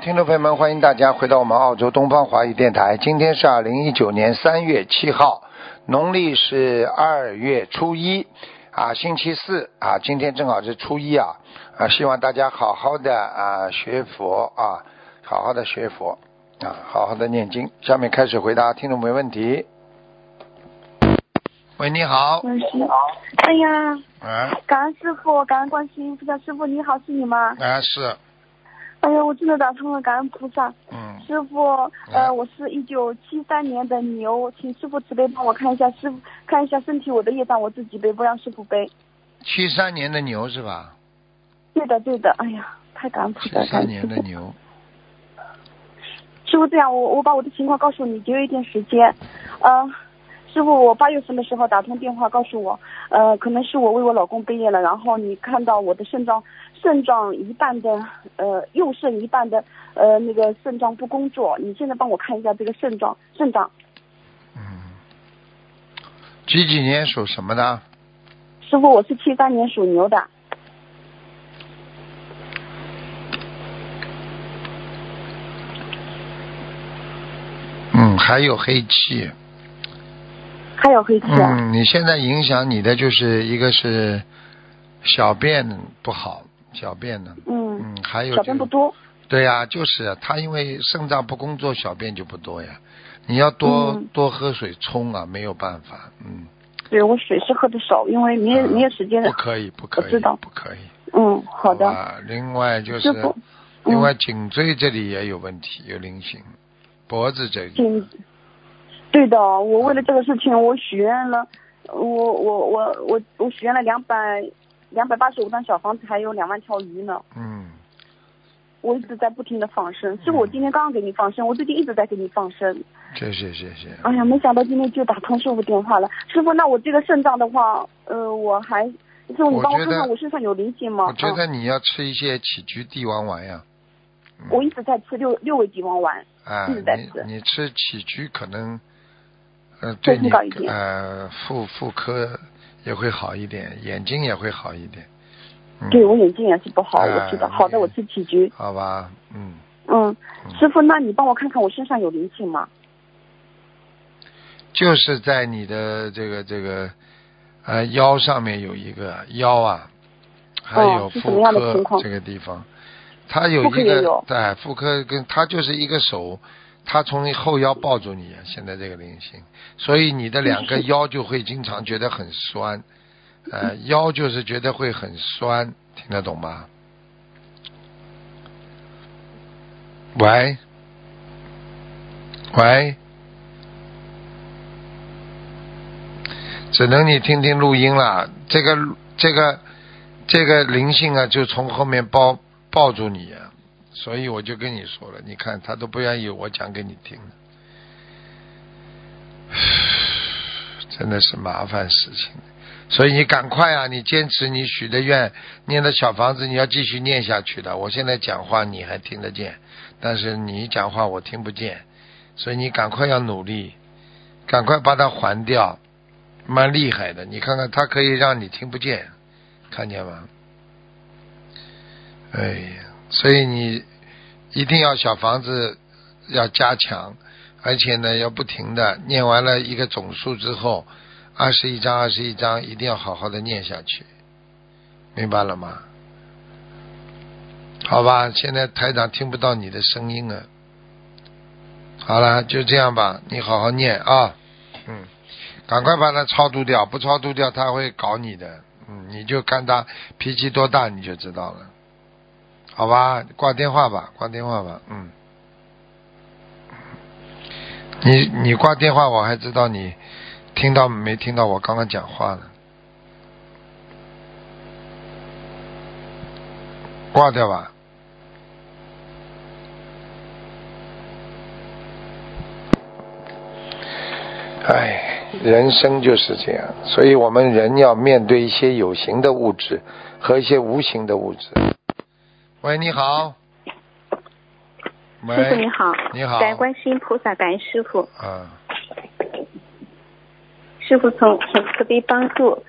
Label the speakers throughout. Speaker 1: 听众朋友们，欢迎大家回到我们澳洲东方华语电台。今天是二零一九年三月七号，农历是二月初一啊，星期四啊。今天正好是初一啊啊，希望大家好好的啊学佛啊，好好的学佛啊，好好的念经。下面开始回答听众朋友问题。喂，你好，
Speaker 2: 嗯，师哎呀，
Speaker 1: 啊
Speaker 2: 感恩师傅，感恩观世音菩萨，师傅你好，是你吗？
Speaker 1: 啊是，
Speaker 2: 哎呀，我真的打通了，感恩菩萨。
Speaker 1: 嗯，
Speaker 2: 师傅，呃，我是一九七三年的牛，请师傅慈悲帮我看一下师傅看一下身体，我的业障我自己背，不让师傅背。
Speaker 1: 七三年的牛是吧？
Speaker 2: 对的，对的，哎呀，太感恩菩
Speaker 1: 七
Speaker 2: 萨了。感
Speaker 1: 三
Speaker 2: 恩师
Speaker 1: 年的
Speaker 2: 父
Speaker 1: 牛，
Speaker 2: 师傅这样，我我把我的情况告诉你，节约一点时间。呃，师傅，我八月份的时候打通电话告诉我，呃，可能是我为我老公背业了，然后你看到我的肾脏肾脏一半的呃右肾一半的呃那个肾脏不工作，你现在帮我看一下这个肾脏肾脏。
Speaker 1: 嗯，几几年属什么的？
Speaker 2: 师傅，我是七三年属牛的，
Speaker 1: 嗯，还有黑气。
Speaker 2: 还有黑气啊？
Speaker 1: 嗯，你现在影响你的就是一个是小便不好，小便的，
Speaker 2: 嗯，
Speaker 1: 嗯，还有、就
Speaker 2: 小便不多。
Speaker 1: 对呀、就是啊他因为肾脏不工作，小便就不多呀。你要多、
Speaker 2: 嗯
Speaker 1: 多喝水冲啊，没有办法，嗯，
Speaker 2: 对我水是喝的少，因为没有没有时间
Speaker 1: 不。可以，不可以，
Speaker 2: 知道
Speaker 1: 不可以。
Speaker 2: 嗯，好的，
Speaker 1: 吧另外就
Speaker 2: 师
Speaker 1: 是，
Speaker 2: 傅。
Speaker 1: 另
Speaker 2: 嗯。
Speaker 1: 外颈椎这里也有问题，有灵性，脖子这里，
Speaker 2: 嗯，对的，我为了这个事情，我许愿了，我我我我我许愿了两百两百八十五张小房子，还有两万条鱼呢。
Speaker 1: 嗯，
Speaker 2: 我一直在不停的放生，这个我今天刚刚给你放生，我最近一直在给你放生。
Speaker 1: 谢谢谢谢。
Speaker 2: 哎呀，没想到今天就打通师傅电话了。师傅，那我这个肾脏的话，呃，我还，师傅你帮
Speaker 1: 我觉
Speaker 2: 我看
Speaker 1: 得
Speaker 2: 看我身上有灵性吗？
Speaker 1: 我觉
Speaker 2: 嗯、
Speaker 1: 得你要吃一些杞菊地黄丸呀。嗯
Speaker 2: 啊我一直在吃六六味地黄丸。
Speaker 1: 啊，
Speaker 2: 一直在
Speaker 1: 你
Speaker 2: 吃
Speaker 1: 你吃杞菊可能，呃，
Speaker 2: 会
Speaker 1: 对你
Speaker 2: 提高一点
Speaker 1: 呃妇妇科也会好一点，眼睛也会好一点。嗯、
Speaker 2: 对我眼睛也是不好，
Speaker 1: 哎
Speaker 2: 我知道。好的，
Speaker 1: 你
Speaker 2: 我吃杞菊。
Speaker 1: 好吧，嗯，
Speaker 2: 嗯，
Speaker 1: 嗯
Speaker 2: 师傅，那你帮我看看我身上有灵性吗？
Speaker 1: 就是在你的这个这个呃腰上面有一个腰啊，还有
Speaker 2: 哦是什
Speaker 1: 妇
Speaker 2: 么样的情
Speaker 1: 科
Speaker 2: 况
Speaker 1: 这个地方，它有
Speaker 2: 妇科
Speaker 1: 一
Speaker 2: 也
Speaker 1: 个
Speaker 2: 有
Speaker 1: 对妇科跟它就是一个手，它从你后腰抱住你，现在这个菱形，所以你的两个腰就会经常觉得很酸，呃，腰就是觉得会很酸，听得懂吗？喂，喂，只能你听听录音了。这个这个这个灵性啊，就从后面抱抱住你、啊，所以我就跟你说了，你看他都不愿意我讲给你听， 真的是麻烦事情。所以你赶快啊！你坚持你许的愿，念的小房子，你要继续念下去的。我现在讲话你还听得见，但是你讲话我听不见，所以你赶快要努力，赶快把它还掉，蛮厉害的。你看看，它可以让你听不见，看见吗？哎呀，所以你一定要小房子要加强，而且呢要不停的念完了一个总数之后，二十一章二十一章一定要好好的念下去，明白了吗？好吧，现在台长听不到你的声音了。好了，就这样吧，你好好念啊，嗯，赶快把它超度掉，不超度掉他会搞你的，嗯，你就看他脾气多大你就知道了，好吧，挂电话吧，挂电话吧，嗯，你你挂电话我还知道你听到没听到我刚刚讲话呢，挂掉吧。哎，人生就是这样，所以我们人要面对一些有形的物质和一些无形的物质。喂，你好。
Speaker 3: 师傅你
Speaker 1: 喂，
Speaker 3: 好，
Speaker 1: 你好
Speaker 3: 感恩观世音菩萨，感恩师傅，
Speaker 1: 啊，
Speaker 3: 师傅从从慈悲帮助。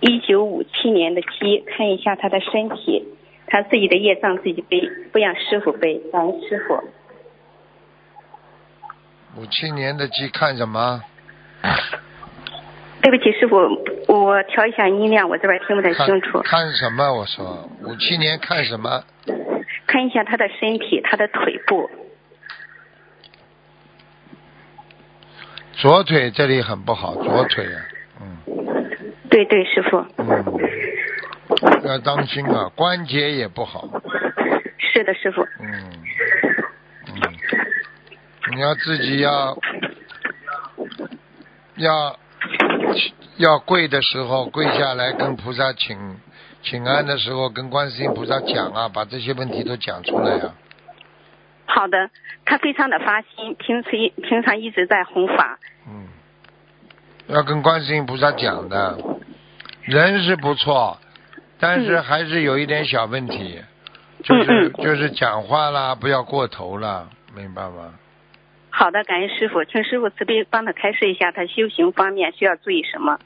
Speaker 3: 一九五七年的鸡，看一下他的身体，他自己的业障自己背，不让师傅背，感恩师傅。
Speaker 1: 五七年的鸡看什么？
Speaker 3: 对不起，师傅，我调一下音量，我这边听不太
Speaker 1: 看
Speaker 3: 清楚。
Speaker 1: 看什么？我说五七年看什么？
Speaker 3: 看一下他的身体，他的腿部，
Speaker 1: 左腿这里很不好，左腿啊，嗯
Speaker 3: 对对，师傅，
Speaker 1: 嗯，要当心啊，关节也不好，
Speaker 3: 是的，师傅，
Speaker 1: 嗯嗯，你要自己要要要跪的时候跪下来跟菩萨请请安的时候跟观世音菩萨讲啊，把这些问题都讲出来啊，
Speaker 3: 好的，他非常的发心，平时一平常一直在弘法，
Speaker 1: 嗯，要跟观世音菩萨讲的，人是不错，但是
Speaker 3: 嗯
Speaker 1: 还是有一点小问题，就是
Speaker 3: 嗯
Speaker 1: 就是讲话啦，不要过头啦，明白吗？
Speaker 3: 好的，感恩师傅，请师傅慈悲帮他开示一下，他修行方面需要注意什么？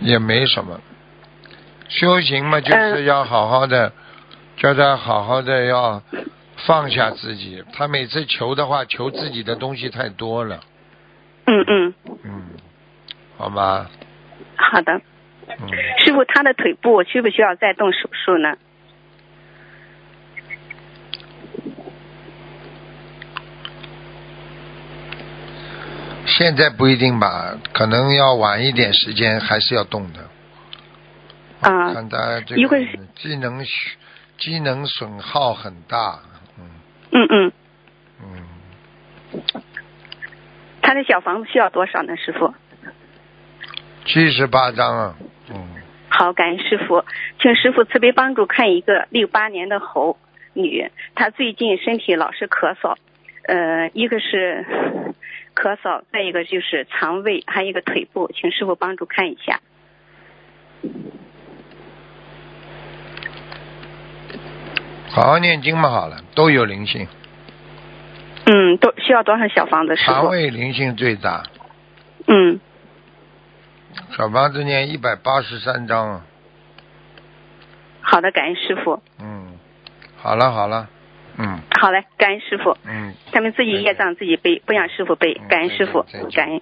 Speaker 1: 也没什么，修行
Speaker 3: 嗯
Speaker 1: 嘛，就是要好好的，叫他好好的要放下自己。他每次求的话，求自己的东西太多了，
Speaker 3: 嗯嗯，
Speaker 1: 嗯，好吗？
Speaker 3: 好的，
Speaker 1: 嗯，
Speaker 3: 师傅，他的腿部需不需要再动手术呢？
Speaker 1: 现在不一定吧，可能要晚一点时间，还是要动的。
Speaker 3: 啊、
Speaker 1: 哦看他这
Speaker 3: 一
Speaker 1: 个
Speaker 3: 会儿是
Speaker 1: 机能虚机能损耗很大，嗯
Speaker 3: 嗯嗯，
Speaker 1: 嗯，
Speaker 3: 他的小房子需要多少呢，师傅？
Speaker 1: 七十八张啊，嗯，
Speaker 3: 好，感恩师傅，请师傅慈悲帮助看一个六八年的猴女，她最近身体老是咳嗽，呃，一个是 咳嗽，再一个就是肠胃，还有一个腿部，请师傅帮助看一下。
Speaker 1: 好好念经嘛，好了，都有灵性，
Speaker 3: 嗯，都需要多少小房子，师
Speaker 1: 肠
Speaker 3: 傅？
Speaker 1: 胃灵性最大，
Speaker 3: 嗯，
Speaker 1: 小房子念一百八十三章啊，
Speaker 3: 好的，感恩师傅。
Speaker 1: 嗯，好了好了，嗯
Speaker 3: 好嘞，感恩师傅，
Speaker 1: 嗯，
Speaker 3: 他们自己业障自己背，不让师傅背
Speaker 1: 嗯，
Speaker 3: 感恩师傅
Speaker 1: 再见再见，
Speaker 3: 感恩。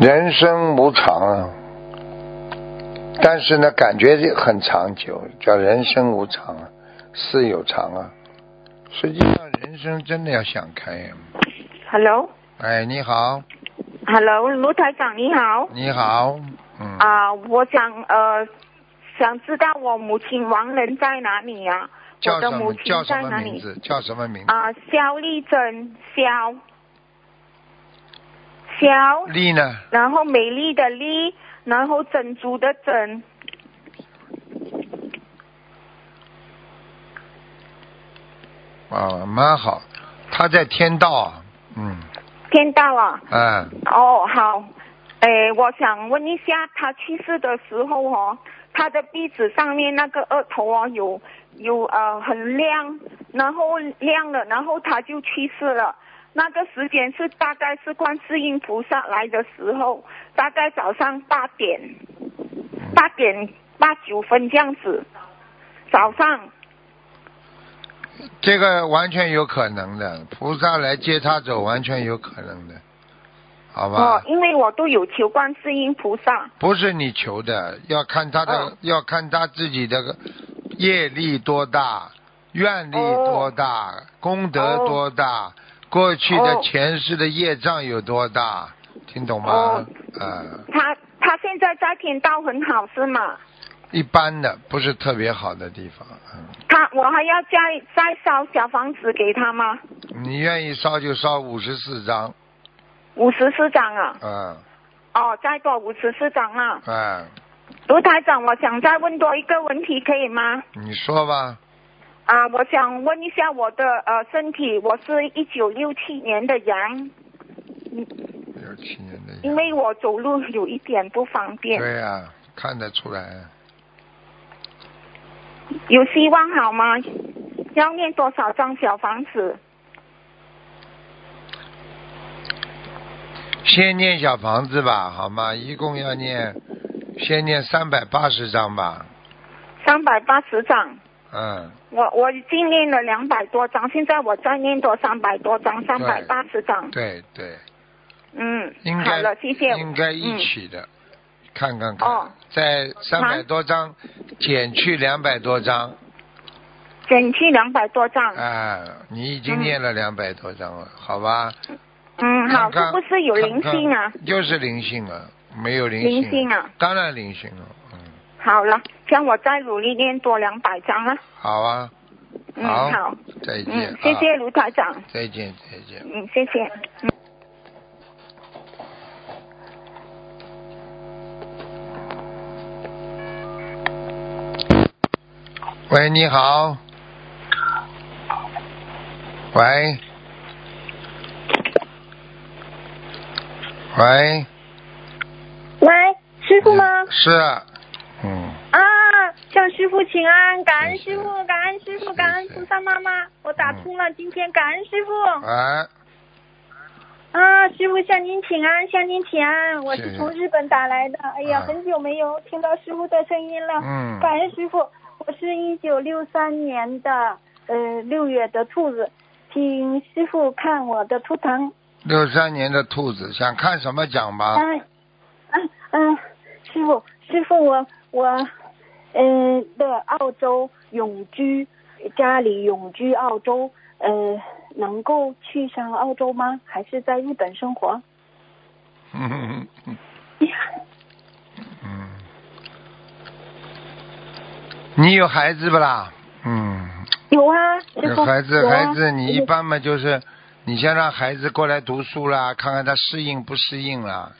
Speaker 1: 人生无常啊，但是呢，感觉很长久，叫人生无常啊，似有常啊。实际上，人生真的要想开啊呀、
Speaker 4: Hello，Hello，
Speaker 1: 哎，你好，
Speaker 4: 卢台长你好
Speaker 1: 你好，嗯，
Speaker 4: 啊、我想呃，想知道我母亲亡人在哪里呀、
Speaker 1: 叫
Speaker 4: 我的
Speaker 1: 什
Speaker 4: 母
Speaker 1: 么
Speaker 4: 亲
Speaker 1: 叫什
Speaker 4: 在
Speaker 1: 么
Speaker 4: 哪
Speaker 1: 名
Speaker 4: 里？
Speaker 1: 字？叫什么名字？
Speaker 4: 啊、肖丽珍，肖，肖，
Speaker 1: 丽呢？
Speaker 4: 然后美丽的丽，然后珍珠的珍，
Speaker 1: 啊，蛮好，她在天道啊，嗯，
Speaker 4: 听到啊？
Speaker 1: 哎，
Speaker 4: 哦，好，诶，我想问一下，他去世的时候哦，他的鼻子上面那个额头哦，有有呃很亮，然后亮了，然后他就去世了。那个时间是大概是观世音菩萨来的时候，大概早上八点，八点八九分这样子，早上。
Speaker 1: 这个完全有可能的，菩萨来接她走，完全有可能的，好吧？
Speaker 4: 哦，因为我都有求观世音菩萨。
Speaker 1: 不是你求的，要看他的，
Speaker 4: 嗯
Speaker 1: 要看他自己的业力多大，愿力多大，功德多大，过去的
Speaker 4: 哦
Speaker 1: 前世的业障有多大，听懂吗？
Speaker 4: 哦
Speaker 1: 啊、
Speaker 4: 他他现在在天道很好是吗？
Speaker 1: 一般的，不是特别好的地方。嗯，
Speaker 4: 他我还要再再烧小房子给他吗？
Speaker 1: 你愿意烧就烧五十四张，
Speaker 4: 五十四张啊，
Speaker 1: 嗯，
Speaker 4: 哦，再多五十四张啊。
Speaker 1: 哎，
Speaker 4: 卢台长，我想再问多一个问题，可以吗？
Speaker 1: 你说吧，
Speaker 4: 啊，我想问一下我的呃身体，我是一九六七年的羊，
Speaker 1: 六七年的羊。
Speaker 4: 因为我走路有一点不方便，
Speaker 1: 对呀、看得出来啊。
Speaker 4: 有希望好吗？要念多少张小房子？
Speaker 1: 先念小房子吧，好吗？一共要念，先念三百八十章吧。
Speaker 4: 三百八十张。
Speaker 1: 嗯，
Speaker 4: 我我已经念了两百多张，现在我再念多三百多张，三百八十张。
Speaker 1: 对对，
Speaker 4: 嗯
Speaker 1: 应，
Speaker 4: 好
Speaker 1: 该
Speaker 4: 了，谢谢。
Speaker 1: 应该一
Speaker 4: 嗯
Speaker 1: 起的，看看看，
Speaker 4: 哦
Speaker 1: 在三百
Speaker 4: 啊
Speaker 1: 多张减去两百多张，
Speaker 4: 减去两百多张。
Speaker 1: 啊，你已经
Speaker 4: 嗯
Speaker 1: 念了两百多张了，好吧？
Speaker 4: 嗯，好，
Speaker 1: 看
Speaker 4: 是
Speaker 1: 看
Speaker 4: 不是有灵性啊？
Speaker 1: 看？看就是灵性啊，没有灵
Speaker 4: 灵性啊，
Speaker 1: 当然灵性了，嗯，
Speaker 4: 好了，让我再努力念多两百张啊。
Speaker 1: 好啊，
Speaker 4: 嗯，
Speaker 1: 好
Speaker 4: 好，
Speaker 1: 再见，
Speaker 4: 嗯，谢谢
Speaker 1: 啊，
Speaker 4: 卢台长，
Speaker 1: 再见，再见。
Speaker 4: 嗯，谢谢。嗯
Speaker 1: 喂，你好。喂。喂。
Speaker 5: 喂，师傅吗？
Speaker 1: 是。嗯，
Speaker 5: 啊，向师傅请安，感恩
Speaker 1: 谢谢
Speaker 5: 师傅，感恩师
Speaker 1: 嗯
Speaker 5: 傅，感恩
Speaker 1: 谢谢
Speaker 5: 菩萨妈
Speaker 1: 嗯
Speaker 5: 妈，我打通了，今天感恩师傅
Speaker 1: 哎，
Speaker 5: 啊，师傅向您请安，向您请安，我
Speaker 1: 谢
Speaker 5: 是
Speaker 1: 谢
Speaker 5: 从日本打来的，哎呀，
Speaker 1: 啊
Speaker 5: 很久没有听到师傅的声音了，
Speaker 1: 嗯
Speaker 5: 感恩师傅，我是一九六三年的呃六月的兔子，请师傅看我的图腾，
Speaker 1: 六三年的兔子，想看什么奖吧？
Speaker 5: 哎，嗯嗯，师傅，师傅，我我，嗯，的澳洲永居，家里永居澳洲，呃，能够去上澳洲吗？还是在日本生活？啊
Speaker 1: 嗯， 你有孩子不啦？嗯，
Speaker 5: 有啊，师
Speaker 1: 有
Speaker 5: 傅，
Speaker 1: 孩子，
Speaker 5: 有啊
Speaker 1: 孩子，你一
Speaker 5: 嗯
Speaker 1: 般嘛就是，你先让孩子过来读书啦，看看他适应不适应啦，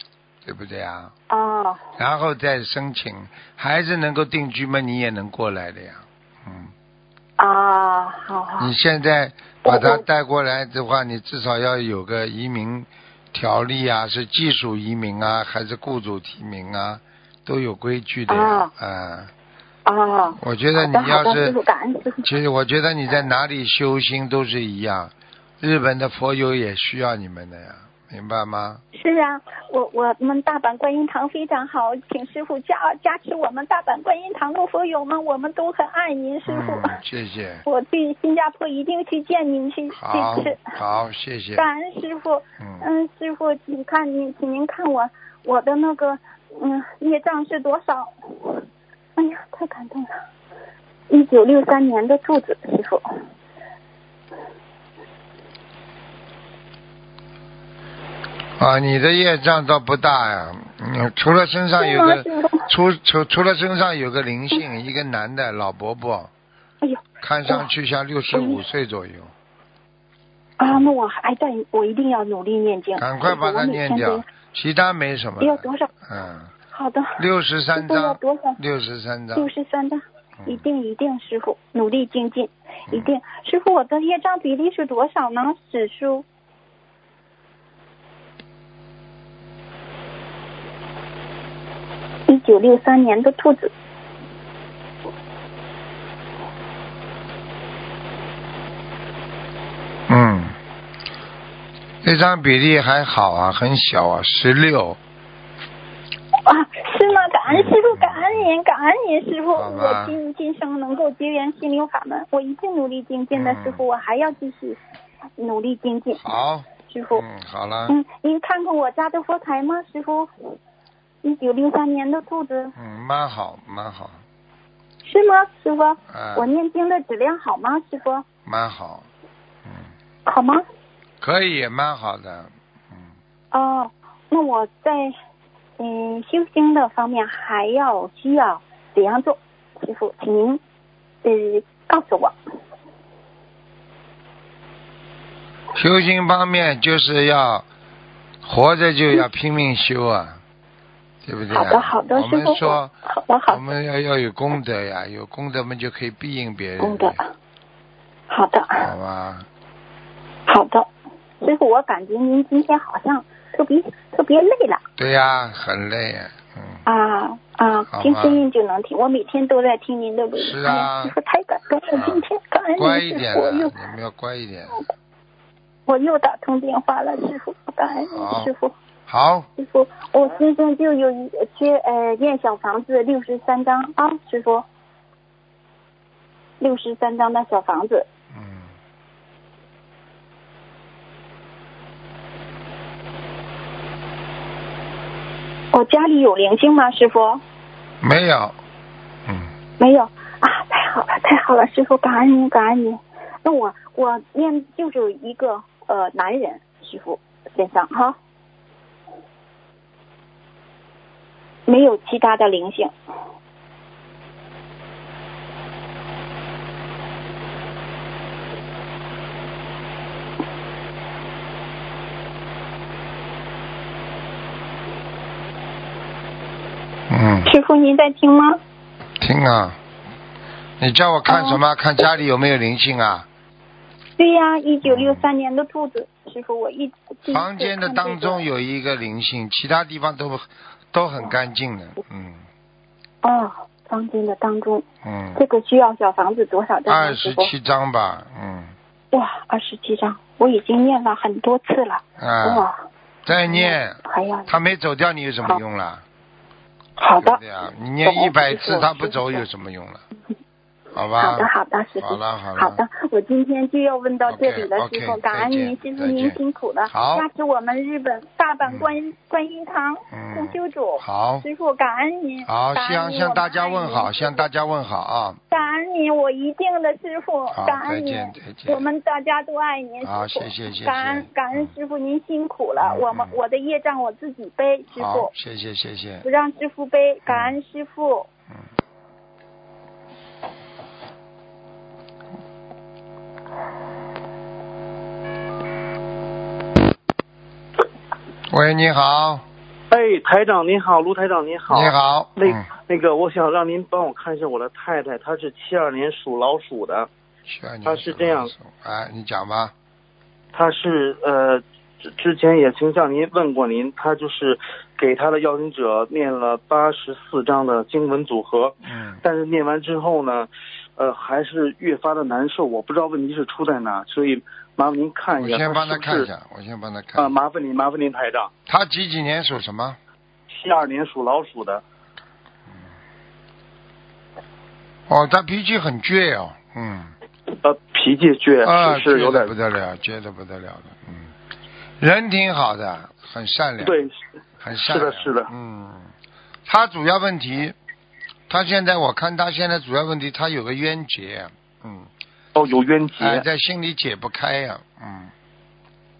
Speaker 1: 对不对啊？
Speaker 5: 哦，
Speaker 1: 然后再申请，孩子能够定居嘛，你也能过来的呀。嗯，
Speaker 5: 啊，好好，
Speaker 1: 你现在把他
Speaker 5: 我我
Speaker 1: 带过来的话，你至少要有个移民条例啊，是技术移民啊，还是雇主提名啊，都有规矩的呀。啊
Speaker 5: 哦、哦，
Speaker 1: 我觉得
Speaker 5: 好
Speaker 1: 你
Speaker 5: 的好
Speaker 1: 要
Speaker 5: 的，
Speaker 1: 是
Speaker 5: 师傅，感恩师傅，
Speaker 1: 其实我觉得你在哪里修心都是一样，日本的佛友也需要你们的呀，明白吗？
Speaker 5: 是啊，我我们大阪观音堂非常好，请师傅加加持我们大阪观音堂的佛友们，我们都很爱您，师傅。
Speaker 1: 嗯，谢谢。
Speaker 5: 我去新加坡一定去见您去
Speaker 1: 好
Speaker 5: 去，吃。
Speaker 1: 好，谢谢。
Speaker 5: 感恩师傅，
Speaker 1: 嗯，
Speaker 5: 嗯，师傅，请看您，请您看我我的那个嗯业障是多少？哎呀，太感动了！一九六三年的兔子，师傅。
Speaker 1: 啊，你的业障倒不大呀，嗯，除了身上
Speaker 5: 对
Speaker 1: 有
Speaker 5: 吗，
Speaker 1: 个，
Speaker 5: 师傅？
Speaker 1: 除除除了身上有个灵性，一个男的老伯伯，
Speaker 5: 哎呦
Speaker 1: 看上去像六十五岁左右，
Speaker 5: 啊，那我还在，我一定要努力念经。
Speaker 1: 赶快把它念
Speaker 5: 哎师傅我每天
Speaker 1: 掉，其他没什么
Speaker 5: 都要。要多少？
Speaker 1: 嗯，
Speaker 5: 好的，
Speaker 1: 六十三
Speaker 5: 师傅要
Speaker 1: 章，
Speaker 5: 多少？
Speaker 1: 六十三章
Speaker 5: 六，十三的，
Speaker 1: 嗯
Speaker 5: 一定一定，师傅努力精进，一定。师傅，我的业障比例是多少呢？指数一九六三年的兔子。
Speaker 1: 嗯，这张比例还好啊，很小啊，十六，
Speaker 5: 啊，是吗？感恩师傅，感恩您，感恩您，师傅，
Speaker 1: 好吧
Speaker 5: 我今今生能够结缘心灵法门，我一定努力精进的，
Speaker 1: 嗯
Speaker 5: 师傅，我还要继续努力精进，
Speaker 1: 好，
Speaker 5: 师傅。
Speaker 1: 嗯，好了，
Speaker 5: 嗯，您看看我家的佛台吗，师傅？一九六三年的兔子
Speaker 1: 嗯，蛮好，蛮好，
Speaker 5: 是吗，师傅？
Speaker 1: 啊，
Speaker 5: 我念经的质量好吗，师傅？
Speaker 1: 蛮好，嗯
Speaker 5: 好吗？
Speaker 1: 可以，蛮好的，嗯，
Speaker 5: 哦，那我在嗯修行的方面还要需要怎样做？师傅，请您呃告诉我。
Speaker 1: 修行方面就是要活着就要拼命修啊，对不对、啊？
Speaker 5: 好的，好的，
Speaker 1: 我
Speaker 5: 师
Speaker 1: 们
Speaker 5: 傅，
Speaker 1: 说
Speaker 5: 我，我
Speaker 1: 我
Speaker 5: 好
Speaker 1: 们要要有功德呀，有功德我们就可以庇应别人，
Speaker 5: 功德。好的，
Speaker 1: 嗯好吧？
Speaker 5: 好的，师傅，我感觉您今天好像特别特别累了
Speaker 1: 对呀、很累啊，嗯，
Speaker 5: 啊啊
Speaker 1: 好吧！
Speaker 5: 听声音就能听，我每天都在听您的录音，
Speaker 1: 是啊
Speaker 5: 哎呀，师傅太感动了！
Speaker 1: 啊
Speaker 5: 今天感恩
Speaker 1: 乖一
Speaker 5: 您，
Speaker 1: 点
Speaker 5: 师傅，
Speaker 1: 了，
Speaker 5: 我
Speaker 1: 你
Speaker 5: 又
Speaker 1: 们要乖一点。
Speaker 5: 我又打通电话了，师傅，感恩
Speaker 1: 好
Speaker 5: 您，师傅。
Speaker 1: 好，
Speaker 5: 师傅，我身上就有一缺呃念小房子六十三张啊，师傅，六十三张的小房子，
Speaker 1: 嗯，
Speaker 5: 我家里有灵性吗，师傅？
Speaker 1: 没有，嗯，
Speaker 5: 没有啊，太好了，太好了，师傅，感恩您，感恩您。那我我念就是有一个呃男人，师傅身上哈，没有其他的灵性。
Speaker 1: 嗯，
Speaker 5: 师傅您在听吗？
Speaker 1: 听啊，你叫我看什
Speaker 5: 哦
Speaker 1: 么？看家里有没有灵性啊？
Speaker 5: 对呀、一九六三年的兔子，师傅我一直第一次
Speaker 1: 房间的
Speaker 5: 看
Speaker 1: 当
Speaker 5: 这个
Speaker 1: 中有一个灵性，其他地方都都很干净的，嗯
Speaker 5: 哦，房间的当中，
Speaker 1: 嗯，
Speaker 5: 这个需要小房子多少张
Speaker 1: 二
Speaker 5: 呢？
Speaker 1: 十
Speaker 5: 师傅
Speaker 1: 七张吧，嗯
Speaker 5: 哇，二十七张，我已经念了很多次了。
Speaker 1: 啊，
Speaker 5: 哇，
Speaker 1: 再念，
Speaker 5: 还要
Speaker 1: 他没走掉，你有什么用啦？
Speaker 5: 好的，
Speaker 1: 对啊，你念一百次
Speaker 5: 我
Speaker 1: 他不走有什么用了？好吧，
Speaker 5: 好的，好的，师
Speaker 1: 好
Speaker 5: 傅。
Speaker 1: 了好了，
Speaker 5: 好的，我今天就要问到这里了，
Speaker 1: OK，OK，
Speaker 5: 师傅，感恩您，
Speaker 1: 再见
Speaker 5: 师傅
Speaker 1: 再
Speaker 5: 您
Speaker 1: 见
Speaker 5: 辛苦了。
Speaker 1: 好
Speaker 5: 下次我们日本大阪观音观音堂
Speaker 1: 嗯
Speaker 5: 共修组，
Speaker 1: 好，
Speaker 5: 师傅感恩您，
Speaker 1: 好，
Speaker 5: 感恩
Speaker 1: 向
Speaker 5: 您
Speaker 1: 向
Speaker 5: 我
Speaker 1: 大
Speaker 5: 们
Speaker 1: 家
Speaker 5: 爱
Speaker 1: 问
Speaker 5: 您
Speaker 1: 好，向大家问好啊！
Speaker 5: 感恩您，我一定的，师傅
Speaker 1: 好，
Speaker 5: 感
Speaker 1: 再
Speaker 5: 恩您
Speaker 1: 见再，见
Speaker 5: 我们大家都爱您，
Speaker 1: 好
Speaker 5: 师傅，
Speaker 1: 谢谢谢谢
Speaker 5: 感恩感恩师傅您辛苦了，
Speaker 1: 嗯
Speaker 5: 我们
Speaker 1: 嗯
Speaker 5: 我的业障我自己背，师
Speaker 1: 好
Speaker 5: 傅，
Speaker 1: 谢谢谢谢
Speaker 5: 不，让师傅背，感恩师傅。
Speaker 1: 嗯喂，你好，
Speaker 6: 哎，台长您好，卢台长您好。
Speaker 1: 你。好，
Speaker 6: 那、
Speaker 1: 嗯，
Speaker 6: 那个，我想让您帮我看一下我的太太，她是七二年属老鼠的，
Speaker 1: 需要你
Speaker 6: 他是这样，
Speaker 1: 哎，你讲吧，
Speaker 6: 她是呃之之前也曾向您问过您，她就是给她的要经者念了八十四章的经文组合，
Speaker 1: 嗯，
Speaker 6: 但是念完之后呢，呃还是越发的难受，我不知道问题是出在哪，所以麻烦您看
Speaker 1: 我
Speaker 6: 一下，
Speaker 1: 先帮他
Speaker 6: 她是不
Speaker 1: 看一
Speaker 6: 是
Speaker 1: 下，我先帮他
Speaker 6: 啊、
Speaker 1: 看一下，
Speaker 6: 麻烦您，麻烦您台长，
Speaker 1: 他几几年属什么？
Speaker 6: 七二年属老鼠的，
Speaker 1: 哦，他脾气很倔哦，嗯，
Speaker 6: 呃脾气倔，
Speaker 1: 啊，
Speaker 6: 是是有
Speaker 1: 倔得
Speaker 6: 点
Speaker 1: 不得了，倔得不得了了，嗯，人挺好的，很善良，
Speaker 6: 对。
Speaker 1: 很善良。
Speaker 6: 是的是的
Speaker 1: 嗯，他主要问题，他现在我看他现在主要问题，他有个冤结，嗯，
Speaker 6: 哦，有冤结。
Speaker 1: 哎，在心里解不开呀、嗯，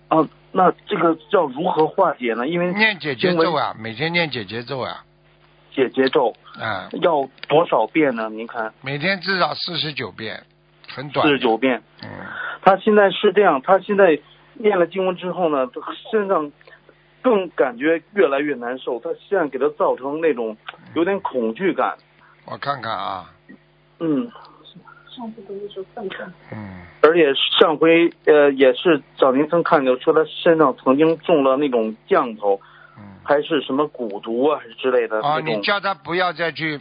Speaker 6: 啊，那这个要如何化解呢？因为
Speaker 1: 念解结咒啊，每天念解结咒啊，
Speaker 6: 解结咒
Speaker 1: 啊，
Speaker 6: 要多少遍呢？您看，
Speaker 1: 每天至少四十九遍，很短
Speaker 6: 四
Speaker 1: 的，
Speaker 6: 十九遍。
Speaker 1: 嗯，
Speaker 6: 他现在是这样，他现在念了经文之后呢，身上更感觉越来越难受。他现在给他造成那种有点恐惧感。
Speaker 1: 我看看啊，
Speaker 6: 嗯，
Speaker 1: 嗯，
Speaker 6: 而且上回呃也是找您曾看见说他身上曾经中了那种降头，
Speaker 1: 嗯，
Speaker 6: 还是什么蛊毒啊之类的
Speaker 1: 哦，
Speaker 6: 那种
Speaker 1: 你。叫他不要再去，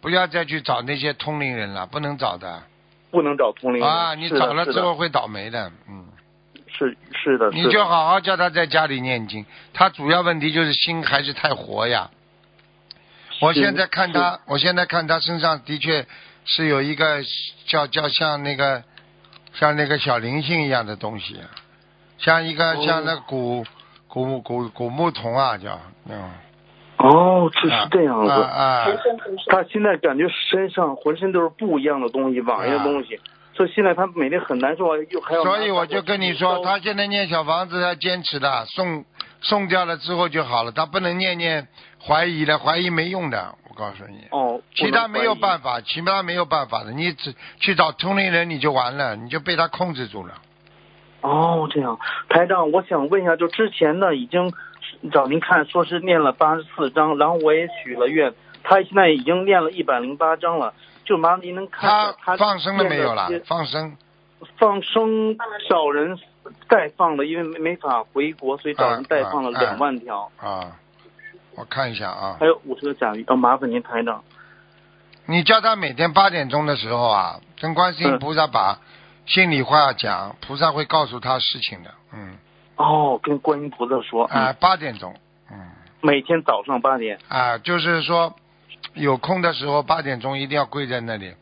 Speaker 1: 不要再去找那些通灵人了，不能找的
Speaker 6: 不能找通灵人
Speaker 1: 啊，你
Speaker 6: 嗯是的
Speaker 1: 找了
Speaker 6: 是
Speaker 1: 之
Speaker 6: 的
Speaker 1: 后会倒霉的，嗯。
Speaker 6: 是是的，是
Speaker 1: 你
Speaker 6: 的
Speaker 1: 就好好叫他在家里念经。他主要问题就是心还是太活呀。我现在看他，我现在看他身上的确是有一个叫叫像那个像那个小灵性一样的东西，像一个、
Speaker 6: 哦
Speaker 1: 像那古古古古牧童啊叫嗯，
Speaker 6: 哦，这是这样子。
Speaker 1: 啊啊，
Speaker 6: 他现在感觉身上浑身都是不一样的东西，网一的东西，所以现在他每天很难受，啊，又还要拿。
Speaker 1: 啊所以我就跟你说，他现在念小房子，他坚持的，送送掉了之后就好了，他不能念念怀疑的，怀疑没用的，我告诉你。
Speaker 6: 哦，
Speaker 1: 其他没有办
Speaker 6: 法。
Speaker 1: 法，其他没有办法的，你只去找同龄人你就完了，你就被他控制住了。
Speaker 6: 哦，这样，台长，我想问一下，就之前呢，已经找您看，说是念了八十四章，然后我也许了愿，他现在已经念了一百零八章了，就麻烦您能看一下
Speaker 1: 他
Speaker 6: 他
Speaker 1: 放生了没有
Speaker 6: 念
Speaker 1: 啦
Speaker 6: 的这？
Speaker 1: 放生
Speaker 6: 放生找人代放了，因为没没法回国，所以找人代放了
Speaker 1: 啊啊
Speaker 6: 两万条，
Speaker 1: 啊，我看一下啊
Speaker 6: 还，有五十个甲鱼。要、呃麻烦您台长。
Speaker 1: 你叫他每天八点钟的时候啊，跟观世音
Speaker 6: 嗯
Speaker 1: 菩萨把心里话讲，菩萨会告诉他事情的。嗯，
Speaker 6: 哦，跟观音菩萨说，
Speaker 1: 啊，
Speaker 6: 嗯，
Speaker 1: 八点钟，嗯，
Speaker 6: 每天早上八点
Speaker 1: 啊，就是说有空的时候八点钟一定要跪在那里，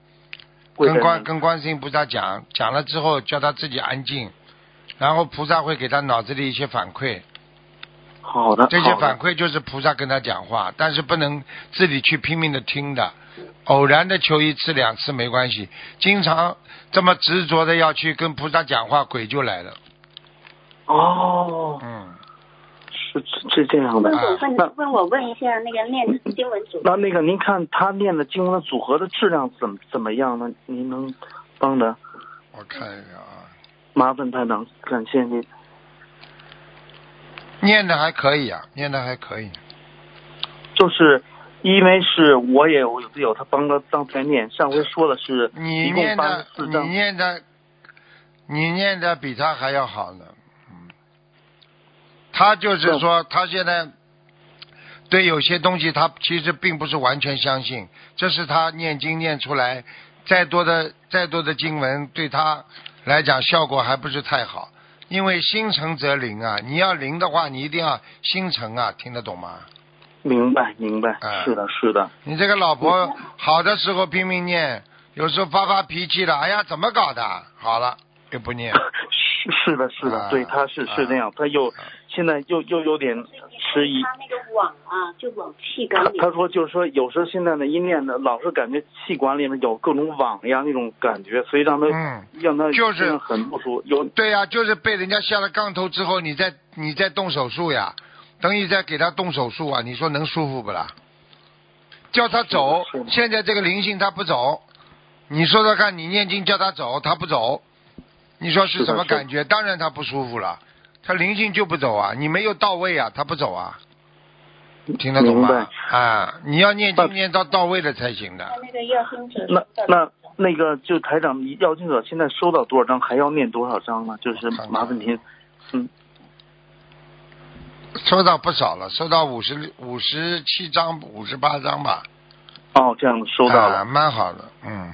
Speaker 6: 跪
Speaker 1: 跟
Speaker 6: 在那
Speaker 1: 观
Speaker 6: 里
Speaker 1: 跟观世音菩萨讲，讲了之后叫他自己安静，然后菩萨会给他脑子里一些反馈，
Speaker 6: 好
Speaker 7: 啊
Speaker 6: 的，
Speaker 1: 这些
Speaker 6: 好的
Speaker 1: 反馈就是菩萨跟他讲话，但是不能自己去拼命的听的，偶然的求一次两次没关系，经常这么执着的要去跟菩萨讲话，鬼就来了。
Speaker 6: 哦，
Speaker 1: 嗯，
Speaker 6: 是是是这样的
Speaker 7: 问。我
Speaker 1: 啊
Speaker 7: 问
Speaker 6: 那
Speaker 7: 问我问一下那个念经文组
Speaker 6: 那那个您看他念的经文组合的质量怎么怎么样呢？您能帮着
Speaker 1: 我看一下啊，
Speaker 6: 麻烦台长，感谢您。
Speaker 1: 念的还可以啊，念的还可以。
Speaker 6: 就是因为是我也有有他帮着刚才念，上回说的是
Speaker 1: 你
Speaker 6: 一
Speaker 1: 念
Speaker 6: 共八
Speaker 1: 的
Speaker 6: 十，四
Speaker 1: 你
Speaker 6: 章，
Speaker 1: 念的，你念的比他还要好呢。嗯，他就是说，他现在对有些东西，他其实并不是完全相信，这是他念经念出来，再多的再多的经文，对他来讲效果还不是太好。因为心诚则灵啊，你要灵的话，你一定要心诚啊，听得懂吗？
Speaker 6: 明白明白
Speaker 1: 哎，
Speaker 6: 是的是的，
Speaker 1: 你这个老
Speaker 6: 嗯
Speaker 1: 婆好的时候拼命念，有时候发发脾气了，哎呀，怎么搞的？好了，又不念。
Speaker 6: 是是的是
Speaker 1: 哎
Speaker 6: 的，对，他是是这样，他
Speaker 1: 啊
Speaker 6: 又现在又又有点迟疑。
Speaker 7: 他那个网啊，就往气管
Speaker 6: 他
Speaker 7: 里
Speaker 6: 他说就是说，有时候现在呢，一念呢，老是感觉气管里面有各种网呀那种感觉，所以让他、
Speaker 1: 嗯，
Speaker 6: 让他
Speaker 1: 就是
Speaker 6: 真的很不舒服。有
Speaker 1: 对呀、就是被人家下了杠头之后，你再你再动手术呀，等于再给他动手术啊，你说能舒服不啦？叫他走
Speaker 6: 是的是，的
Speaker 1: 现在这个灵性他不走，你说说看，你念经叫他走，他不走，你说是
Speaker 6: 是的
Speaker 1: 什么
Speaker 6: 是的
Speaker 1: 感觉？当然他不舒服了，他灵性就不走啊，你没有到位啊，他不走啊。听得懂
Speaker 6: 明
Speaker 1: 吗
Speaker 6: 白？
Speaker 1: 啊，你要念
Speaker 6: 那
Speaker 1: 经念到到位了才行的
Speaker 7: 他。那个要跟者
Speaker 6: 那那那个就台长，要经者现在收到多少张，还要念多少张呢？就是
Speaker 1: 看看
Speaker 6: 麻烦您，嗯，
Speaker 1: 收到不少了，收到五十五十七张、五十八张吧。
Speaker 6: 哦，这样子收到了。
Speaker 1: 啊，蛮好的，嗯。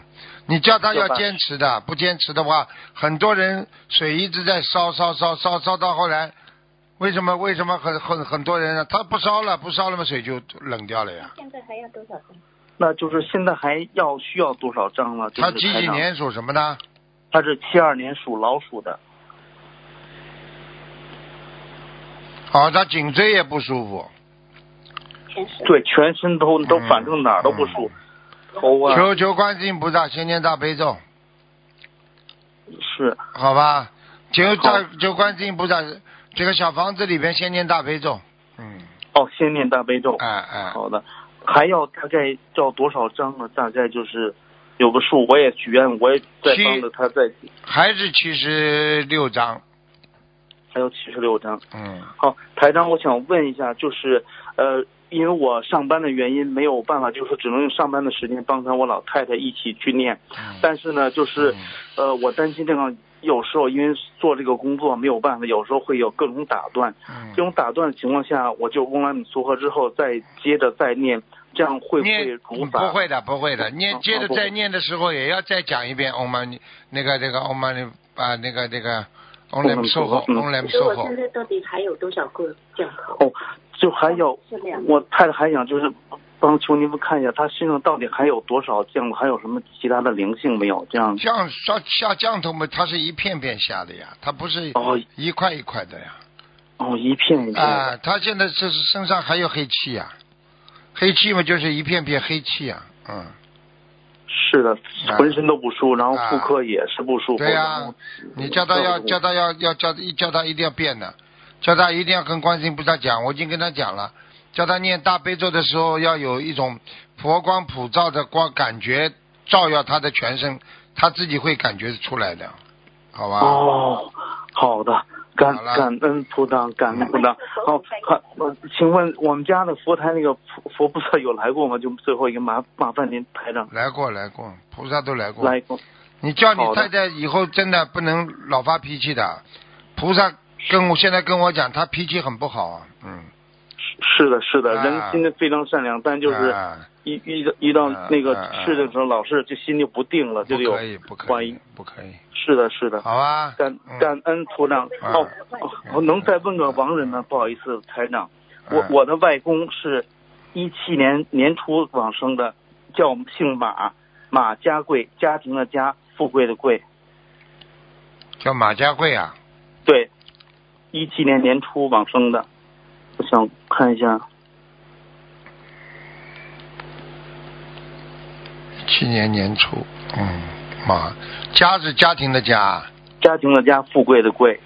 Speaker 1: 你叫他要
Speaker 6: 要吧
Speaker 1: 坚持的，不坚持的话，很多人水一直在烧烧烧烧烧到后来，为什么为什么很很很多人呢？他不烧了，不烧了嘛，水就冷掉了呀。
Speaker 7: 现在还要多少张？
Speaker 6: 那就是现在还要需要多少张了？就
Speaker 1: 他
Speaker 6: 是
Speaker 1: 几
Speaker 6: 台
Speaker 1: 几
Speaker 6: 长？
Speaker 1: 年属什么的？
Speaker 6: 他是七二年属老鼠的。
Speaker 1: 哦，他颈椎也不舒服，
Speaker 7: 全是
Speaker 6: 对，全身都都
Speaker 1: 嗯
Speaker 6: 反正哪儿都不舒服，头啊
Speaker 1: 求求观世音菩萨，先念大悲咒，
Speaker 6: 是
Speaker 1: 好吧？求
Speaker 6: 好
Speaker 1: 大求观世音菩萨，这个小房子里边先念大悲咒，嗯，
Speaker 6: 哦，先念大悲咒。
Speaker 1: 哎哎，
Speaker 6: 好的，还要大概要多少张呢？大概就是有个数，我也许愿，我也在
Speaker 1: 七
Speaker 6: 帮着他再
Speaker 1: 还是七十六章，
Speaker 6: 还有七十六张。
Speaker 1: 嗯。
Speaker 6: 好，台长，我想问一下，就是呃，因为我上班的原因没有办法，就是说只能用上班的时间帮上我老太太一起去念，
Speaker 1: 嗯
Speaker 6: 但是呢，就是
Speaker 1: 嗯
Speaker 6: 呃，我担心这个有时候因为做这个工作没有办法，有时候会有各种打断，
Speaker 1: 嗯
Speaker 6: 这种打断的情况下，我就翁来米苏合之后再接着再念，这样会不会
Speaker 1: 念
Speaker 6: 如
Speaker 1: 嗯
Speaker 6: 法？
Speaker 1: 不会的，不会的。念
Speaker 6: 哦
Speaker 1: 接着
Speaker 6: 不会
Speaker 1: 再念的时候，也要再讲一遍 Om Mani 那个这个 Om Mani 啊，那个这个 Om
Speaker 6: Om
Speaker 1: Lam
Speaker 6: Mani
Speaker 1: s o h o
Speaker 6: Padme
Speaker 1: Om Lam
Speaker 7: 所以
Speaker 1: s o
Speaker 7: 我
Speaker 1: h
Speaker 7: 现
Speaker 1: o
Speaker 7: 在到底还有多少个降头？
Speaker 6: 哦，就还有
Speaker 7: 是两个
Speaker 6: 我太太还想就是帮求您们看一下，她身上到底还有多少降，还有什么其他的灵性没有？这样
Speaker 1: 像像下降头嘛，它是一片片下的呀，它不是
Speaker 6: 哦
Speaker 1: 一块一块的呀。
Speaker 6: 哦，一片一片的。
Speaker 1: 啊，它现在就是身上还有黑气呀，黑气嘛就是一片片黑气呀，嗯，
Speaker 6: 是的，浑身都不舒服，然后
Speaker 1: 啊
Speaker 6: 妇科也是不舒服。
Speaker 1: 对啊呀、
Speaker 6: 然后
Speaker 1: 你叫他要
Speaker 6: 嗯
Speaker 1: 叫他要要叫一叫他一定要变的，叫他一定要跟观世音菩萨讲，我已经跟他讲了，叫他念大悲咒的时候要有一种佛光普照的光感觉照耀他的全身，他自己会感觉出来的，好吧？
Speaker 6: 哦，好的，感
Speaker 1: 啊好了
Speaker 6: 感恩菩萨，感恩菩萨。好，好，呃请问我们家的佛台那个佛佛菩萨有来过吗？就最后一个麻麻烦您台长
Speaker 1: 来过来过，菩萨都来过。
Speaker 6: 来过。
Speaker 1: 你叫你
Speaker 6: 好的
Speaker 1: 太太以后真的不能老发脾气的，菩萨跟我现在跟我讲，他脾气很不好啊，嗯，
Speaker 6: 是的，是的，
Speaker 1: 啊
Speaker 6: 人心非常善良，但就是
Speaker 1: 啊
Speaker 6: 一遇到遇到
Speaker 1: 啊
Speaker 6: 那个
Speaker 1: 啊啊
Speaker 6: 事的时候，老是就心就不定了，
Speaker 1: 不
Speaker 6: 就有
Speaker 1: 可以，不可
Speaker 6: 怀
Speaker 1: 以
Speaker 6: 疑，。
Speaker 1: 不可以，
Speaker 6: 是的，是的。
Speaker 1: 好吧？
Speaker 6: 感
Speaker 1: 嗯
Speaker 6: 感恩土长
Speaker 1: 啊
Speaker 6: 哦，我能再问个亡人吗？不好意思，台长，我
Speaker 1: 嗯
Speaker 6: 我的外公是一七年年初往生的，叫姓马，马家贵，家庭的家，富贵的贵，
Speaker 1: 叫马家贵啊，
Speaker 6: 对，一七年年初往生的，我想看一下，
Speaker 1: 去年年初，嗯，马家是家庭的家
Speaker 6: 家庭的家，富贵的贵，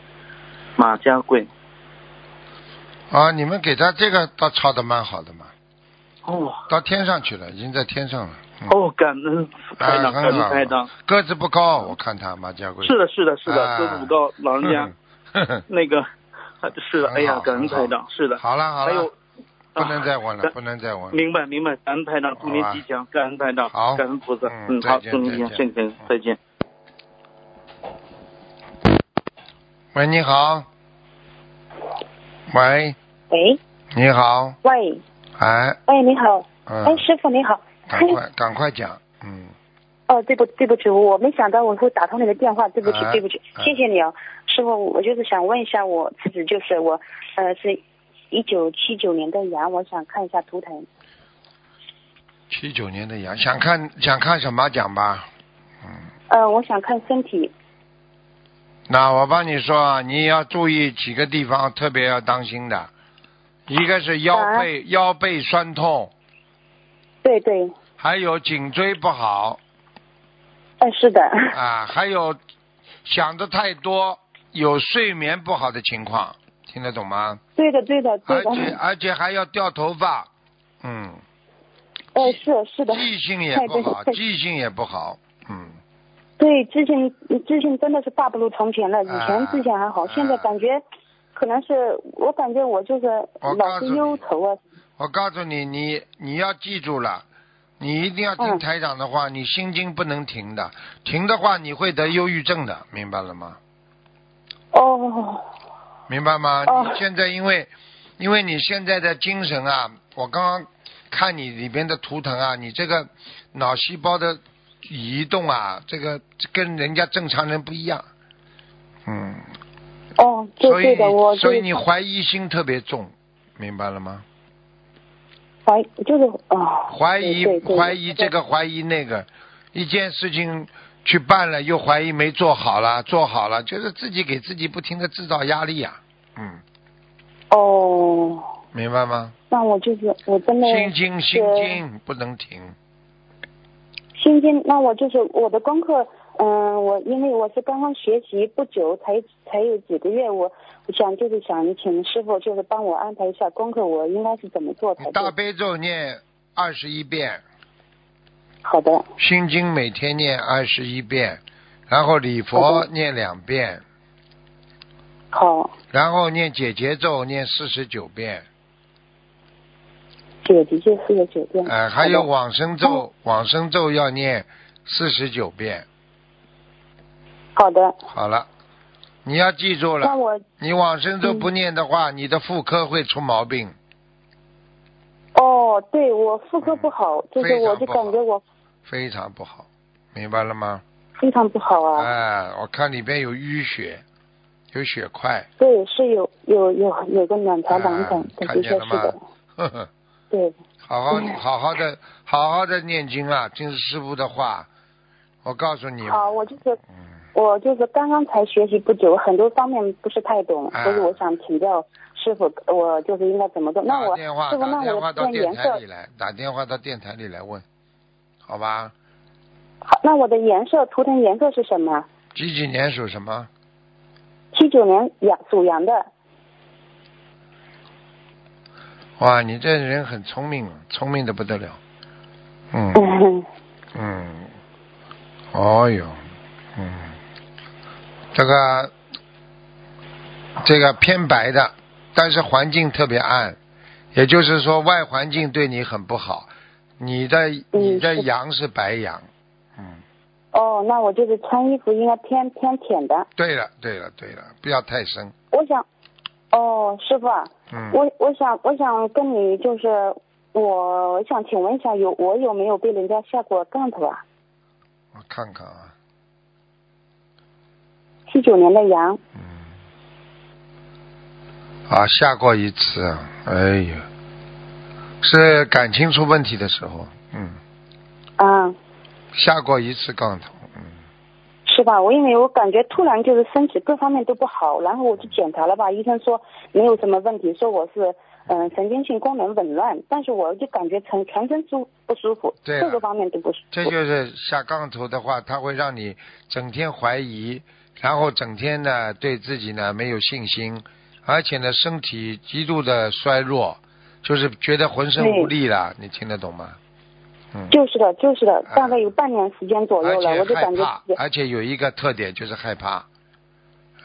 Speaker 6: 马家贵，
Speaker 1: 啊，你们给他这个倒抄的蛮好的嘛，
Speaker 6: 哦
Speaker 1: 到天上去了，已经在天上了。嗯、
Speaker 6: 哦，感恩台
Speaker 1: 哎，
Speaker 6: 长，感
Speaker 1: 很
Speaker 6: 恩
Speaker 1: 好
Speaker 6: 台长，，
Speaker 1: 个子不高，我看他马家贵
Speaker 6: 是的，是的，是
Speaker 1: 啊
Speaker 6: 的，都五个老人家。
Speaker 1: 哼哼
Speaker 6: 那个，啊是的，
Speaker 1: 很好
Speaker 6: 哎呀，感
Speaker 1: 很
Speaker 6: 恩
Speaker 1: 好
Speaker 6: 台长，是 的，
Speaker 1: 好了好
Speaker 6: 还有
Speaker 1: 了，，不能再问了，
Speaker 6: 啊
Speaker 1: 不能再问了。
Speaker 6: 明白明白，感恩台长，祝您吉祥，感恩台长，
Speaker 1: 好
Speaker 6: 感恩菩萨，
Speaker 1: 嗯
Speaker 6: 嗯，
Speaker 1: 再
Speaker 6: 好，
Speaker 1: 见
Speaker 6: 祝您吉祥，
Speaker 1: 再
Speaker 6: 谢
Speaker 1: 见
Speaker 6: 谢，再见。
Speaker 1: 喂，你好。喂，嗯
Speaker 2: 喂
Speaker 1: 你好，
Speaker 2: 喂
Speaker 1: 哎，
Speaker 2: 喂，你好，
Speaker 1: 嗯啊
Speaker 2: 哎，，师傅你好，
Speaker 1: 赶快赶快讲，嗯，
Speaker 2: 哦，对不对不起，我没想到我会打通你的电话，对不起
Speaker 1: 哎
Speaker 2: 对不起
Speaker 1: 哎，
Speaker 2: 谢谢你啊，师傅，我就是想问一下我自己，就是我呃是一九七九年的羊，我想看一下图腾，
Speaker 1: 七九年的羊，想看想看什么讲吧，嗯，
Speaker 2: 呃，我想看身体，
Speaker 1: 那我帮你说啊，你要注意几个地方特别要当心的，一个是腰背、腰背酸痛，
Speaker 2: 对对，
Speaker 1: 还有颈椎不好
Speaker 2: 呃是的，
Speaker 1: 啊，还有想的太多，有睡眠不好的情况，听得懂吗？
Speaker 2: 对的对的对
Speaker 1: 而
Speaker 2: 的，
Speaker 1: 且而且还要掉头发，嗯，
Speaker 2: 呃是是 的，
Speaker 1: 记性也
Speaker 2: 太
Speaker 1: 不
Speaker 2: 对
Speaker 1: 好，
Speaker 2: 太
Speaker 1: 记性也不好，嗯，
Speaker 2: 对，之前之前真的是大不如从前了，以前
Speaker 1: 啊
Speaker 2: 之前还好，现在
Speaker 1: 啊
Speaker 2: 感觉可能是我感觉我就是
Speaker 1: 我告
Speaker 2: 老
Speaker 1: 诉
Speaker 2: 是
Speaker 1: 你
Speaker 2: 忧愁啊，
Speaker 1: 我告诉你，你你要记住了，你一定要听
Speaker 2: 嗯
Speaker 1: 台长的话，你心经不能停的，停的话你会得忧郁症的，明白了吗？
Speaker 2: 哦
Speaker 1: 明白吗？
Speaker 2: 哦
Speaker 1: 你现在因为因为你现在的精神啊，我刚刚看你里边的图腾啊，你这个脑细胞的移动啊，这个跟人家正常人不一样，嗯，
Speaker 2: 哦，对
Speaker 1: 所以
Speaker 2: 对的，我
Speaker 1: 你
Speaker 2: 就
Speaker 1: 所以你怀疑心特别重，明白了吗？
Speaker 2: 怀就是哦，
Speaker 1: 怀疑
Speaker 2: 对对对
Speaker 1: 怀疑这个怀疑那个，一件事情去办了又怀疑没做好了，做好了就是自己给自己不停的制造压力呀、嗯，
Speaker 2: 哦，
Speaker 1: 明白吗？
Speaker 2: 那我就是我真的
Speaker 1: 心经
Speaker 2: 是
Speaker 1: 心经不能停，
Speaker 2: 心经，那我就是我的功课，嗯、我因为我是刚刚学习不久，才才有几个月，我我想就是想请师傅就是帮我安排一下功课，我应该是怎么做才
Speaker 1: 你
Speaker 2: 对
Speaker 1: 大？悲咒念二十一遍，
Speaker 2: 好的，
Speaker 1: 心经每天念二十一遍，然后礼佛
Speaker 2: 好
Speaker 1: 念两遍，
Speaker 2: 好，
Speaker 1: 然后念解结咒念四十九遍，
Speaker 2: 姐姐就四个九遍。
Speaker 1: 呃，还有
Speaker 2: 好的
Speaker 1: 往生咒，往生咒要念四十九遍。
Speaker 2: 好的，
Speaker 1: 好了，你要记住了
Speaker 2: 那，我
Speaker 1: 你往生咒不念的
Speaker 2: 嗯
Speaker 1: 话，你的妇科会出毛病，
Speaker 2: 哦，对我妇科不好，就
Speaker 1: 嗯
Speaker 2: 是
Speaker 1: 非常
Speaker 2: 我就
Speaker 1: 不好
Speaker 2: 感觉我
Speaker 1: 非常不好，明白了吗？
Speaker 2: 非常不好啊。
Speaker 1: 哎，我看里边有淤血，有血块，
Speaker 2: 对，是有有有有个卵巢囊肿，
Speaker 1: 哎
Speaker 2: 的
Speaker 1: 看见
Speaker 2: 的确
Speaker 1: 了
Speaker 2: 是
Speaker 1: 吗
Speaker 2: 的，
Speaker 1: 呵呵，
Speaker 2: 对。
Speaker 1: 好好
Speaker 2: 嗯
Speaker 1: 好好的好好的念经啊，听师傅的话，我告诉你，嗯
Speaker 2: 好，我就是我就是刚刚才学习不久，很多方面不是太懂，
Speaker 1: 啊
Speaker 2: 所以我想请教师傅，我就是应该怎么做？那
Speaker 1: 打
Speaker 2: 我
Speaker 1: 电话
Speaker 2: 师傅，
Speaker 1: 打
Speaker 2: 那
Speaker 1: 电话
Speaker 2: 我
Speaker 1: 到
Speaker 2: 的
Speaker 1: 电
Speaker 2: 颜
Speaker 1: 台
Speaker 2: 色
Speaker 1: 里，来，打电话到电台里来问，好吧？
Speaker 2: 好，那我的颜色图腾颜色是什么？
Speaker 1: 几几年属什么？
Speaker 2: 七九年羊属 羊的，
Speaker 1: 哇，你这人很聪明，聪明的不得了，嗯。
Speaker 2: 嗯，
Speaker 1: 嗯，哦哟，嗯，这个这个偏白的，但是环境特别暗，也就是说外环境对你很不好。你的你的
Speaker 2: 是
Speaker 1: 羊是白羊，嗯，
Speaker 2: 哦，那我就是穿衣服应该偏偏浅的。
Speaker 1: 对了，对了，对了，不要太深。
Speaker 2: 我想，哦，师傅啊，
Speaker 1: 嗯，
Speaker 2: 我我想我想跟你就是，我想请问一下，有我有没有被人家下过杠头啊？
Speaker 1: 我看看啊，
Speaker 2: 七九年的羊，
Speaker 1: 啊，下过一次啊，哎呦，是感情出问题的时候，嗯，
Speaker 2: 啊、
Speaker 1: 下过一次杠头，嗯，
Speaker 2: 是吧？我因为我感觉突然就是身体各方面都不好，然后我去检查了吧，医生说没有什么问题，说我是嗯、呃神经性功能紊乱，但是我就感觉全全身舒不舒服，
Speaker 1: 对啊
Speaker 2: 各个方面都不舒服。
Speaker 1: 这就是下杠头的话，它会让你整天怀疑，然后整天呢对自己呢没有信心，而且呢身体极度的衰弱，就是觉得浑身无力了，你听得懂吗？嗯，
Speaker 2: 就是的，就是的
Speaker 1: 啊，
Speaker 2: 大概有半年时间左
Speaker 1: 而
Speaker 2: 右了，
Speaker 1: 且
Speaker 2: 我就
Speaker 1: 害
Speaker 2: 感觉
Speaker 1: 怕
Speaker 2: 自己，
Speaker 1: 而且有一个特点就是害怕。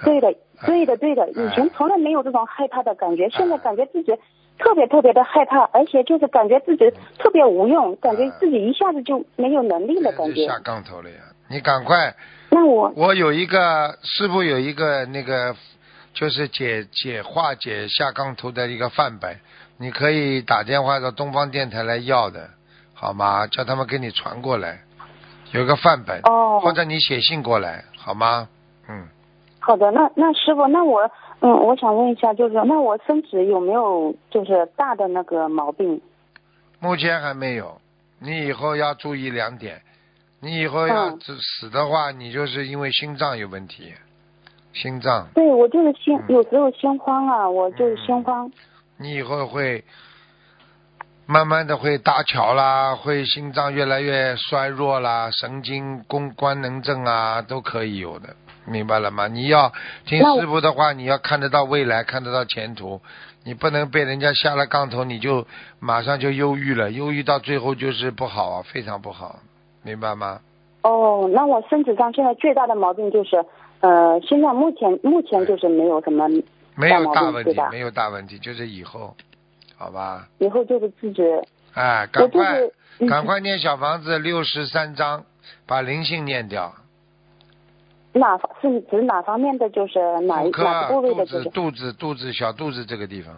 Speaker 2: 对的，对的，对的，
Speaker 1: 哎
Speaker 2: 以前从来没有这种害怕的感觉，现
Speaker 1: 啊
Speaker 2: 在感觉自己特别特别的害怕，而且就是感觉自
Speaker 1: 嗯
Speaker 2: 己特别无用，感觉自己一下子就没有能力了，
Speaker 1: 这
Speaker 2: 感
Speaker 1: 啊就
Speaker 2: 觉
Speaker 1: 下。杠头了呀！你赶快，
Speaker 2: 那我
Speaker 1: 我有一个师傅有一个那个，就是解解化解下杠头的一个范本，你可以打电话到东方电台来要的，好吗？叫他们给你传过来，有个范本，
Speaker 2: 哦，
Speaker 1: 或者你写信过来，好吗？嗯，
Speaker 2: 好的，那那师傅，那我嗯，我想问一下，就是那我身体有没有就是大的那个毛病？
Speaker 1: 目前还没有，你以后要注意两点，你以后要
Speaker 2: 嗯
Speaker 1: 死死的话，你就是因为心脏有问题，心脏。
Speaker 2: 对我就是心
Speaker 1: 嗯，
Speaker 2: 有时候心慌啊，我就是心慌。
Speaker 1: 你以后会慢慢的会搭桥啦，会心脏越来越衰弱啦，神经功官能症啊，都可以有的，明白了吗？你要听
Speaker 2: 那我
Speaker 1: 师傅的话，你要看得到未来，看得到前途，你不能被人家下了杠头，你就马上就忧郁了，忧郁到最后就是不好啊，非常不好，明白吗？
Speaker 2: 哦，那我身体上现在最大的毛病就是，呃，现在目前目前就是没有什么，
Speaker 1: 没有
Speaker 2: 大
Speaker 1: 大
Speaker 2: 毛病
Speaker 1: 问
Speaker 2: 对
Speaker 1: 题
Speaker 2: 吧，
Speaker 1: 没有大问题，就是以后，好吧？
Speaker 2: 以后就是自己，
Speaker 1: 哎，
Speaker 2: 我
Speaker 1: 赶
Speaker 2: 就
Speaker 1: 快。
Speaker 2: 是嗯
Speaker 1: 赶快念小房子六十三章，把灵性念掉。
Speaker 2: 哪方是指哪方面的，就是哪一
Speaker 1: 妇
Speaker 2: 哪
Speaker 1: 科、啊
Speaker 2: 个部位
Speaker 1: 肚
Speaker 2: 的，就
Speaker 1: 子、
Speaker 2: 是
Speaker 1: 肚子、肚子、小肚子这个地方。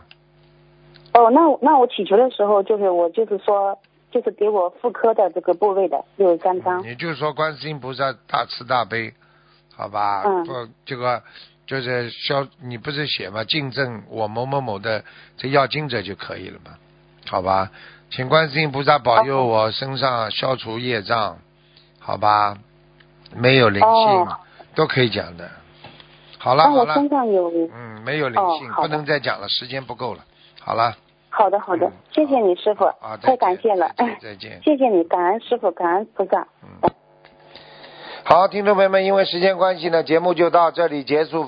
Speaker 2: 哦，那我那我祈求的时候，就是我就是说，就是给我妇科的这个部位的六十三张。
Speaker 1: 你就说观世音菩萨大慈大悲，好吧？
Speaker 2: 嗯
Speaker 1: 不，这个就是消，你不是写嘛，敬证我某某某的这要经者就可以了嘛，好吧？请观世音菩萨保佑我身上消除业障，好吧？没有灵性，
Speaker 2: 哦
Speaker 1: 都可以讲的。好了
Speaker 2: 但
Speaker 1: 好
Speaker 2: 我
Speaker 1: 了，
Speaker 2: 身上有，
Speaker 1: 嗯，没有灵
Speaker 2: 哦
Speaker 1: 性，
Speaker 2: 好
Speaker 1: 不
Speaker 2: 的
Speaker 1: 能再讲了，时间不够了。好了，
Speaker 2: 好的好的
Speaker 1: 嗯，
Speaker 2: 谢谢你师傅
Speaker 1: 啊，，再
Speaker 2: 太
Speaker 1: 见
Speaker 2: 感谢了，
Speaker 1: 再见再见。
Speaker 2: 谢谢你，感恩师傅，感恩菩萨。
Speaker 1: 好，听众朋友们，因为时间关系呢，节目就到这里结束。非